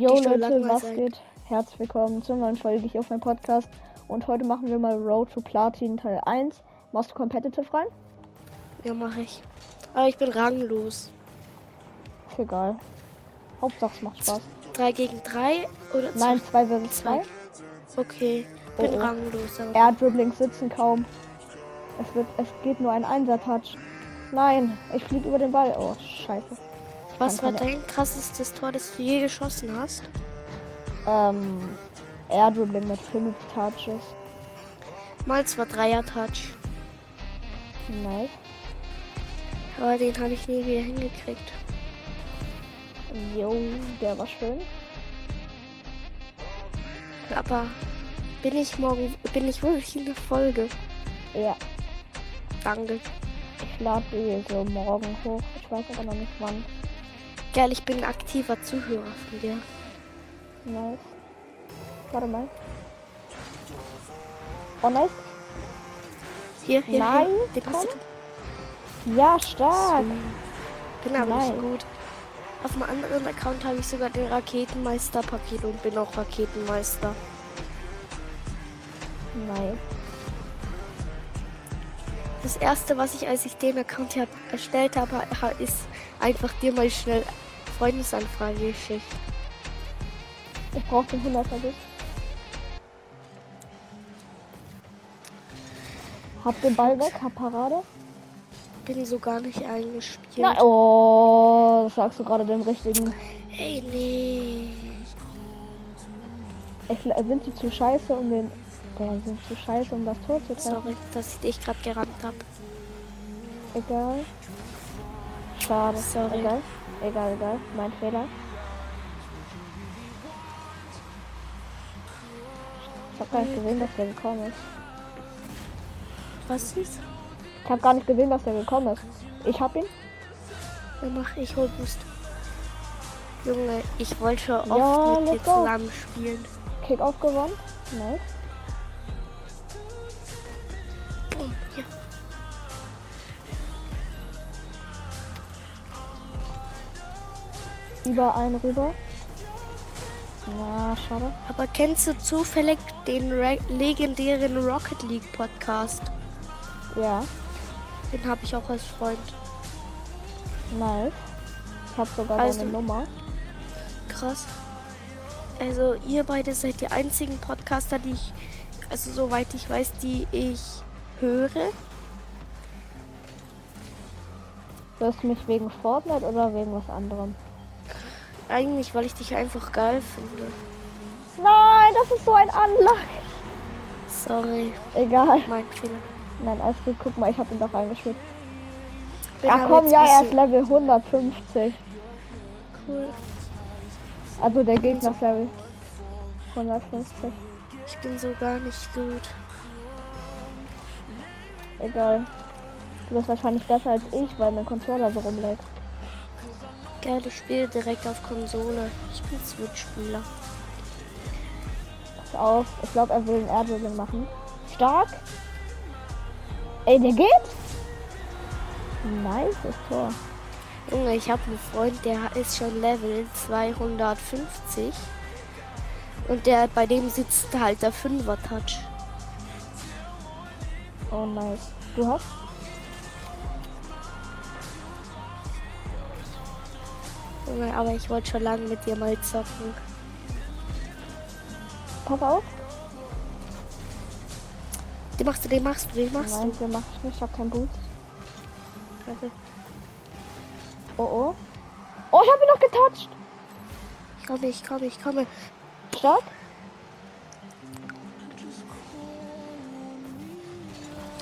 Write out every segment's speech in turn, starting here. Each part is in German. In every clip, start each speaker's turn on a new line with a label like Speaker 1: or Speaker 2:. Speaker 1: Jo
Speaker 2: Show
Speaker 1: Leute,
Speaker 2: lag mal
Speaker 1: was
Speaker 2: sein.
Speaker 1: geht? Herzlich willkommen zur neuen Folge hier auf meinem Podcast. Und heute machen wir mal Road to Platin Teil 1. Machst du Competitive rein?
Speaker 2: Ja, mache ich. Aber ich bin ranglos.
Speaker 1: Ist egal. Hauptsache es macht Spaß.
Speaker 2: 3 gegen 3 oder zwei-
Speaker 1: Nein, 2 vs 2.
Speaker 2: Okay, bin
Speaker 1: Oh, oh.
Speaker 2: ranglos. Aber
Speaker 1: Airdribblings sitzen kaum. Es, wird, es geht nur ein Einser-Touch. Nein, ich fliege über den Ball. Oh, scheiße. Ich
Speaker 2: was war
Speaker 1: kann keine-
Speaker 2: dein krassestes Tor, das du je geschossen hast?
Speaker 1: Ähm, Airdribbling mit 5 Touches.
Speaker 2: Meins war Dreier-Touch.
Speaker 1: Nice.
Speaker 2: Aber den habe ich nie wieder hingekriegt.
Speaker 1: Jo, der war schön.
Speaker 2: Aber bin ich morgen, bin ich wirklich in der Folge?
Speaker 1: Ja.
Speaker 2: Danke.
Speaker 1: Ich lade die so morgen hoch. Ich weiß aber noch nicht wann.
Speaker 2: Geil, ich bin ein aktiver Zuhörer von dir.
Speaker 1: Nice. Warte mal. Oh, nice.
Speaker 2: Hier, hier,
Speaker 1: Nein,
Speaker 2: hier. Den hast du-
Speaker 1: Ja, stark.
Speaker 2: Bin aber
Speaker 1: Nein.
Speaker 2: nicht so gut. Auf meinem anderen Account habe ich sogar den Raketenmeister-Paket und bin auch Raketenmeister.
Speaker 1: Nice.
Speaker 2: Das erste, was ich, als ich den Account hier erstellt habe, ha- ist einfach dir mal schnell Freundesanfrage geschickt.
Speaker 1: Ich brauche den 100er Biss. Hab den Ball weg, hab Parade.
Speaker 2: Bin so gar nicht eingespielt.
Speaker 1: Nein, oh, das sagst du gerade dem richtigen.
Speaker 2: Ey, nee.
Speaker 1: Ich, äh, sind die zu scheiße, um den. Ja, sind zu scheiße, um das Tor zu treffen.
Speaker 2: Sorry, dass ich dich gerade gerannt habe.
Speaker 1: Egal. Schade.
Speaker 2: Sorry.
Speaker 1: Egal. Egal, egal. Mein Fehler. Ich habe gar nicht gesehen, dass der gekommen ist.
Speaker 2: Was ist?
Speaker 1: Ich habe gar nicht gesehen, dass der gekommen ist. Ich hab ihn.
Speaker 2: Dann mach ich hol Boost. Junge, ich wollte schon oft
Speaker 1: Ja,
Speaker 2: mit
Speaker 1: let's
Speaker 2: dir
Speaker 1: go.
Speaker 2: zusammen spielen.
Speaker 1: Kick aufgewonnen. Nice.
Speaker 2: Boom, hier.
Speaker 1: Über einen rüber. Na, schade.
Speaker 2: Aber kennst du zufällig den re legendären Rocket League Podcast?
Speaker 1: Ja.
Speaker 2: Den habe ich auch als Freund.
Speaker 1: Nice. Ich hab sogar
Speaker 2: Also-
Speaker 1: seine Nummer.
Speaker 2: Krass. Also ihr beide seid die einzigen Podcaster, die ich, also soweit ich weiß, die ich höre.
Speaker 1: Du hast mich wegen Fortnite oder wegen was anderem?
Speaker 2: Eigentlich, weil ich dich einfach geil finde.
Speaker 1: Nein, das ist so ein Anlag.
Speaker 2: Sorry,
Speaker 1: Egal.
Speaker 2: mein Fehler.
Speaker 1: Nein, alles gut. Guck mal, ich hab ihn doch reingeschickt.
Speaker 2: Bin
Speaker 1: Ach
Speaker 2: aber
Speaker 1: komm,
Speaker 2: jetzt
Speaker 1: ja,
Speaker 2: ein
Speaker 1: er ist
Speaker 2: bisschen
Speaker 1: Level 150.
Speaker 2: Cool.
Speaker 1: Also der Gegner ist Level 150.
Speaker 2: Ich bin so gar nicht gut.
Speaker 1: Egal. Du bist wahrscheinlich besser als ich, weil mein Controller so rumläuft.
Speaker 2: Geil, ich spiele direkt auf Konsole. Ich bin Switch-Spieler.
Speaker 1: Pass auf. Ich glaube, er will einen Airdribbling machen. Stark. Ey, der geht. Nice, das Tor.
Speaker 2: Junge, ich habe einen Freund, der ist schon Level 250. Und der bei dem sitzt halt der Fünfer-Touch.
Speaker 1: Oh, nice. Du hast?
Speaker 2: Junge, aber ich wollte schon lange mit dir mal zocken.
Speaker 1: Pass auf.
Speaker 2: Den machst du, den machst du, den machst
Speaker 1: Nein, den mach ich nicht. Ich hab keinen Boost.
Speaker 2: du.
Speaker 1: Oh, oh. Oh, ich hab ihn noch getouched.
Speaker 2: Ich komme, ich komme, ich komme.
Speaker 1: Stark.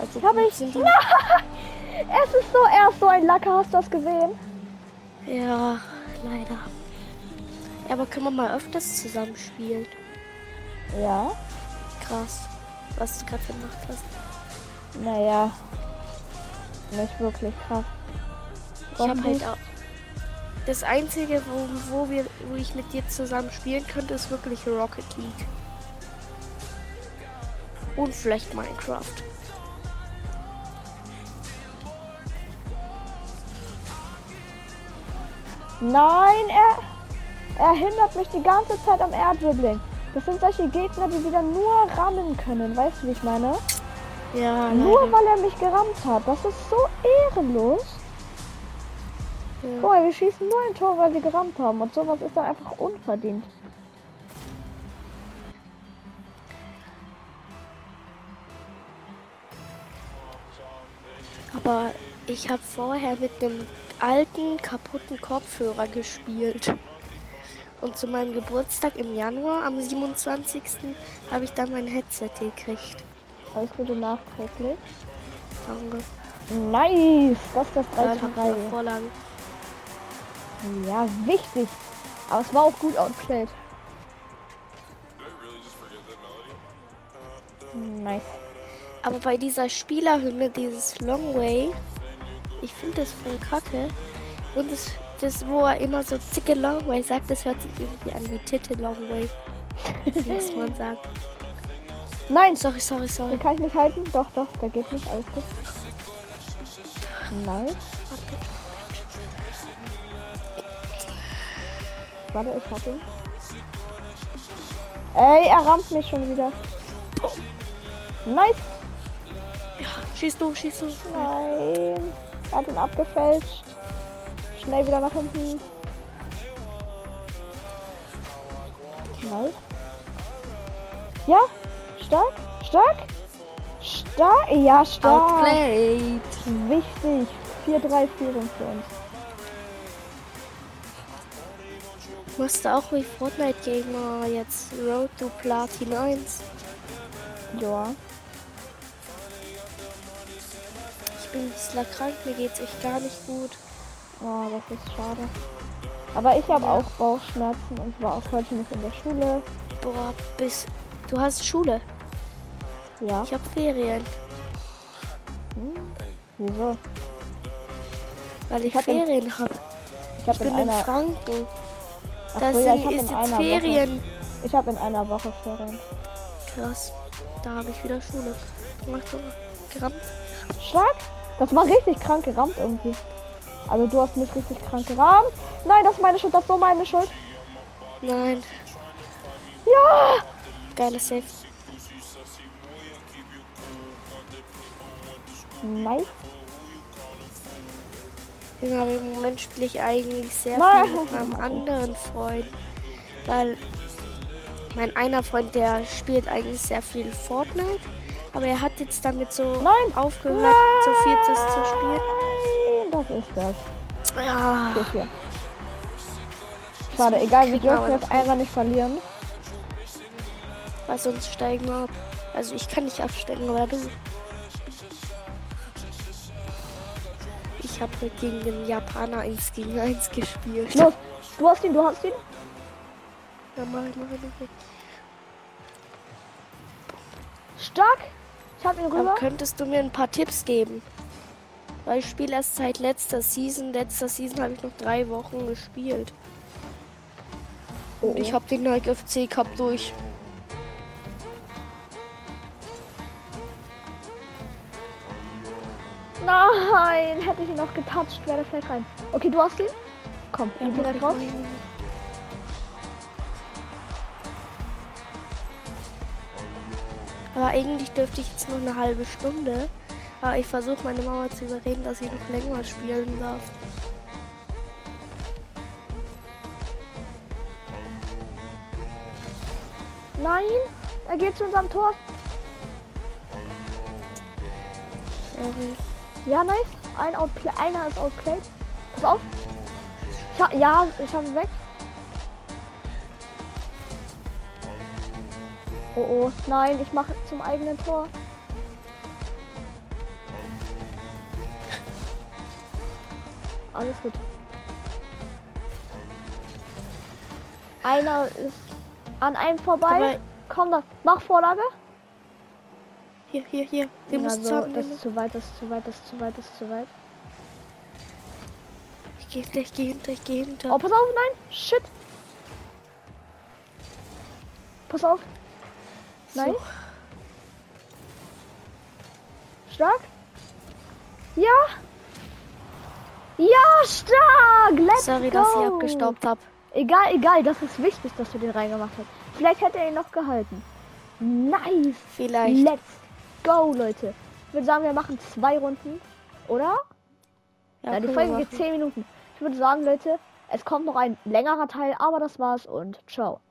Speaker 2: Also
Speaker 1: Hab
Speaker 2: gut
Speaker 1: ich.
Speaker 2: sind
Speaker 1: Es ist so, er ist so ein Lacker. Hast du das gesehen?
Speaker 2: die. Ja, leider. Ja, aber können wir mal öfters zusammen spielen?
Speaker 1: Ja.
Speaker 2: Krass, was du gerade gemacht hast.
Speaker 1: Naja, nicht wirklich krass.
Speaker 2: Ich
Speaker 1: Warum
Speaker 2: habe
Speaker 1: nicht?
Speaker 2: halt auch. Das einzige, wo, wo, wir, wo ich mit dir zusammen spielen könnte, ist wirklich Rocket League. Und vielleicht Minecraft.
Speaker 1: Nein, er, Er hindert mich die ganze Zeit am Airdribbling. Das sind solche Gegner, die wieder nur rammen können. Weißt du, wie ich meine?
Speaker 2: Ja,
Speaker 1: Nur
Speaker 2: leider.
Speaker 1: weil er mich gerammt hat. Das ist so ehrenlos. Guck
Speaker 2: Ja.
Speaker 1: mal, wir schießen nur ein Tor, weil wir gerammt haben. Und sowas ist dann einfach unverdient.
Speaker 2: Aber ich habe vorher mit einem alten, kaputten Kopfhörer gespielt. Und zu meinem Geburtstag im Januar, am 27. habe ich dann mein Headset gekriegt.
Speaker 1: Alles Gute nachträglich.
Speaker 2: Danke.
Speaker 1: Nice. Das ist das 3
Speaker 2: Dann
Speaker 1: zu
Speaker 2: hab ich
Speaker 1: 3.
Speaker 2: noch Vorlagen.
Speaker 1: Ja, wichtig. Aber es war auch gut aufgestellt. Nice.
Speaker 2: Aber bei dieser Spielerhymne, dieses Long Way, ich finde das voll kacke. Und das, das, wo er immer so zicke Long Way sagt, das hört sich irgendwie an wie Titte Long Way. Muss man sagen.
Speaker 1: Nein,
Speaker 2: Sorry, sorry,
Speaker 1: den
Speaker 2: sorry.
Speaker 1: kann ich nicht halten. Doch, doch, da geht nicht. Alles gut. Nice. Warte, ich hab ihn. Ey, er rammt mich schon wieder. Nice.
Speaker 2: Ja, schieß du, schieß du.
Speaker 1: Nein. Er hat ihn abgefälscht. Schnell wieder nach hinten. Nein. Ja, stark, stark, stark, ja,
Speaker 2: Ah.
Speaker 1: stark.
Speaker 2: Outplayed.
Speaker 1: Wichtig. 4-3 Führung für uns.
Speaker 2: Musste auch wie Fortnite Gamer jetzt Road to Platin 1.
Speaker 1: Joa.
Speaker 2: Ich bin bislang krank, mir geht's echt gar nicht gut.
Speaker 1: Oh, das ist schade. Aber ich habe auch Bauchschmerzen und war auch heute nicht in der Schule.
Speaker 2: Boah, bis. Du hast Schule.
Speaker 1: Ja,
Speaker 2: Ich hab Ferien.
Speaker 1: wieso?
Speaker 2: Weil ich
Speaker 1: hab in-
Speaker 2: Ferien hab.
Speaker 1: Ich habe
Speaker 2: Ich bin
Speaker 1: in
Speaker 2: in
Speaker 1: einer,
Speaker 2: Franken.
Speaker 1: Ach so, ja, ich
Speaker 2: Deswegen
Speaker 1: hab in
Speaker 2: ist jetzt
Speaker 1: einer Woche.
Speaker 2: Ferien.
Speaker 1: ich habe in einer Woche Ferien.
Speaker 2: Krass. Da habe ich wieder Schule. Mach doch mal. gerammt.
Speaker 1: Stark. Das war richtig krank gerammt irgendwie. Also du hast mich richtig krank gerammt. Nein, das ist meine Schuld, das ist so meine Schuld.
Speaker 2: Nein.
Speaker 1: Ja!
Speaker 2: Geiler Safe.
Speaker 1: Nice.
Speaker 2: Junge, aber im Moment spiele ich eigentlich sehr
Speaker 1: Nein.
Speaker 2: viel mit meinem anderen Freund. Weil mein einer Freund, der spielt eigentlich sehr viel Fortnite. Aber er hat jetzt damit so
Speaker 1: Nein.
Speaker 2: aufgehört,
Speaker 1: Nein.
Speaker 2: so viel zu, zu spielen.
Speaker 1: Das ist das.
Speaker 2: Ja.
Speaker 1: Hier, hier. Schade, egal, wir
Speaker 2: kriegen wir
Speaker 1: dürfen
Speaker 2: aber
Speaker 1: jetzt einfach nicht verlieren.
Speaker 2: Weil sonst steigen wir ab. Also ich kann nicht absteigen, aber du. Ich habe heute gegen den Japaner 1 gegen 1 gespielt.
Speaker 1: Los, du hast ihn, du hast ihn.
Speaker 2: Ja, mach ich, mach ich, mach ich.
Speaker 1: Stark. Ich hab ihn
Speaker 2: Aber
Speaker 1: rüber.
Speaker 2: könntest du mir ein paar Tipps geben? Weil ich spiele erst seit letzter Season. Letzter Season habe ich noch drei Wochen gespielt.
Speaker 1: Oh,
Speaker 2: Und ich habe den Nike FC Cup durch.
Speaker 1: Nein, hätte ich ihn noch getatscht, wäre der vielleicht rein. Okay, du hast ihn. Komm, ja, ich bin da drauf.
Speaker 2: Aber eigentlich dürfte ich jetzt nur eine halbe Stunde. Aber ich versuche meine Mama zu überreden, dass ich noch länger spielen darf.
Speaker 1: Nein, er geht zu unserem Tor.
Speaker 2: Ähm,
Speaker 1: Ja, nice. Ein Outplay, einer ist outplayed. Pass auf. Ich ha ja, ich habe ihn weg. Oh oh, nein, ich mache zum eigenen Tor. Alles gut. Einer ist an einem vorbei.
Speaker 2: Aber-
Speaker 1: Komm da, mach Vorlage.
Speaker 2: hier, hier, hier. Wir
Speaker 1: Ja,
Speaker 2: müssen
Speaker 1: so,
Speaker 2: zocken. wir
Speaker 1: das ist zu weit, das ist zu weit, das ist zu weit, das ist zu weit.
Speaker 2: müssen- Ich gehe hinter, ich gehe hinter, ich gehe hinter.
Speaker 1: Oh, pass auf, nein. Shit. Pass auf. Nein. Stark. Ja. Ja, stark. Let's
Speaker 2: Sorry,
Speaker 1: go.
Speaker 2: dass ich abgestaubt habe.
Speaker 1: Egal, egal, das ist wichtig, dass du den reingemacht hast. Vielleicht hätte er ihn noch gehalten. Nice.
Speaker 2: Vielleicht.
Speaker 1: Let's go, Leute. Ich würde sagen, wir machen zwei Runden, oder? Ja, die
Speaker 2: können wir
Speaker 1: Folge
Speaker 2: machen.
Speaker 1: geht 10 Minuten. Ich würde sagen, Leute, es kommt noch ein längerer Teil, aber das war's und ciao.